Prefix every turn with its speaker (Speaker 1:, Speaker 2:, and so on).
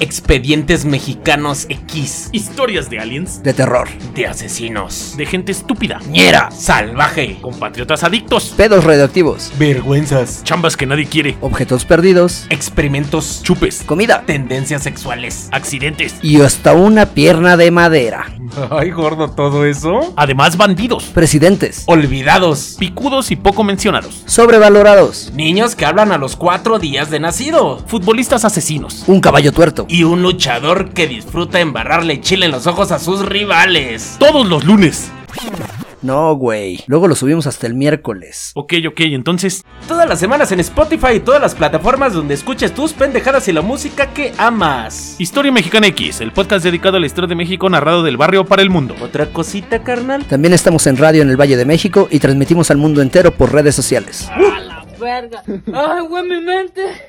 Speaker 1: Expedientes Mexicanos X.
Speaker 2: Historias de aliens.
Speaker 3: de terror.
Speaker 1: De asesinos.
Speaker 2: De gente estúpida.
Speaker 1: Ñera. Salvaje.
Speaker 2: Compatriotas adictos.
Speaker 3: Pedos radioactivos,
Speaker 1: Vergüenzas.
Speaker 2: Chambas que nadie quiere.
Speaker 3: objetos perdidos,
Speaker 1: Experimentos.
Speaker 2: Chupes.
Speaker 3: comida
Speaker 1: Tendencias sexuales.
Speaker 2: Accidentes.
Speaker 3: y hasta una pierna de madera.
Speaker 1: Ay, gordo, todo eso.
Speaker 2: Además, bandidos.
Speaker 3: Presidentes,
Speaker 1: Olvidados.
Speaker 2: Picudos y poco mencionados.
Speaker 3: sobrevalorados,
Speaker 1: Niños que hablan a los cuatro días de nacido.
Speaker 2: Futbolistas asesinos.
Speaker 3: un caballo tuerto.
Speaker 1: Y un luchador que disfruta embarrarle chile en los ojos a sus rivales.
Speaker 2: Todos los lunes.
Speaker 3: No, güey. Luego lo subimos hasta el miércoles.
Speaker 2: Ok, ok, entonces.
Speaker 1: Todas las semanas en Spotify y todas las plataformas donde escuches tus pendejadas y la música que amas.
Speaker 2: Historia Mexicana X, el podcast dedicado a la historia de México narrado del barrio para el mundo.
Speaker 1: ¿Otra cosita, carnal?
Speaker 3: También estamos en radio en el Valle de México y transmitimos al mundo entero por redes sociales.
Speaker 4: verga. Ay, güey, mi mente.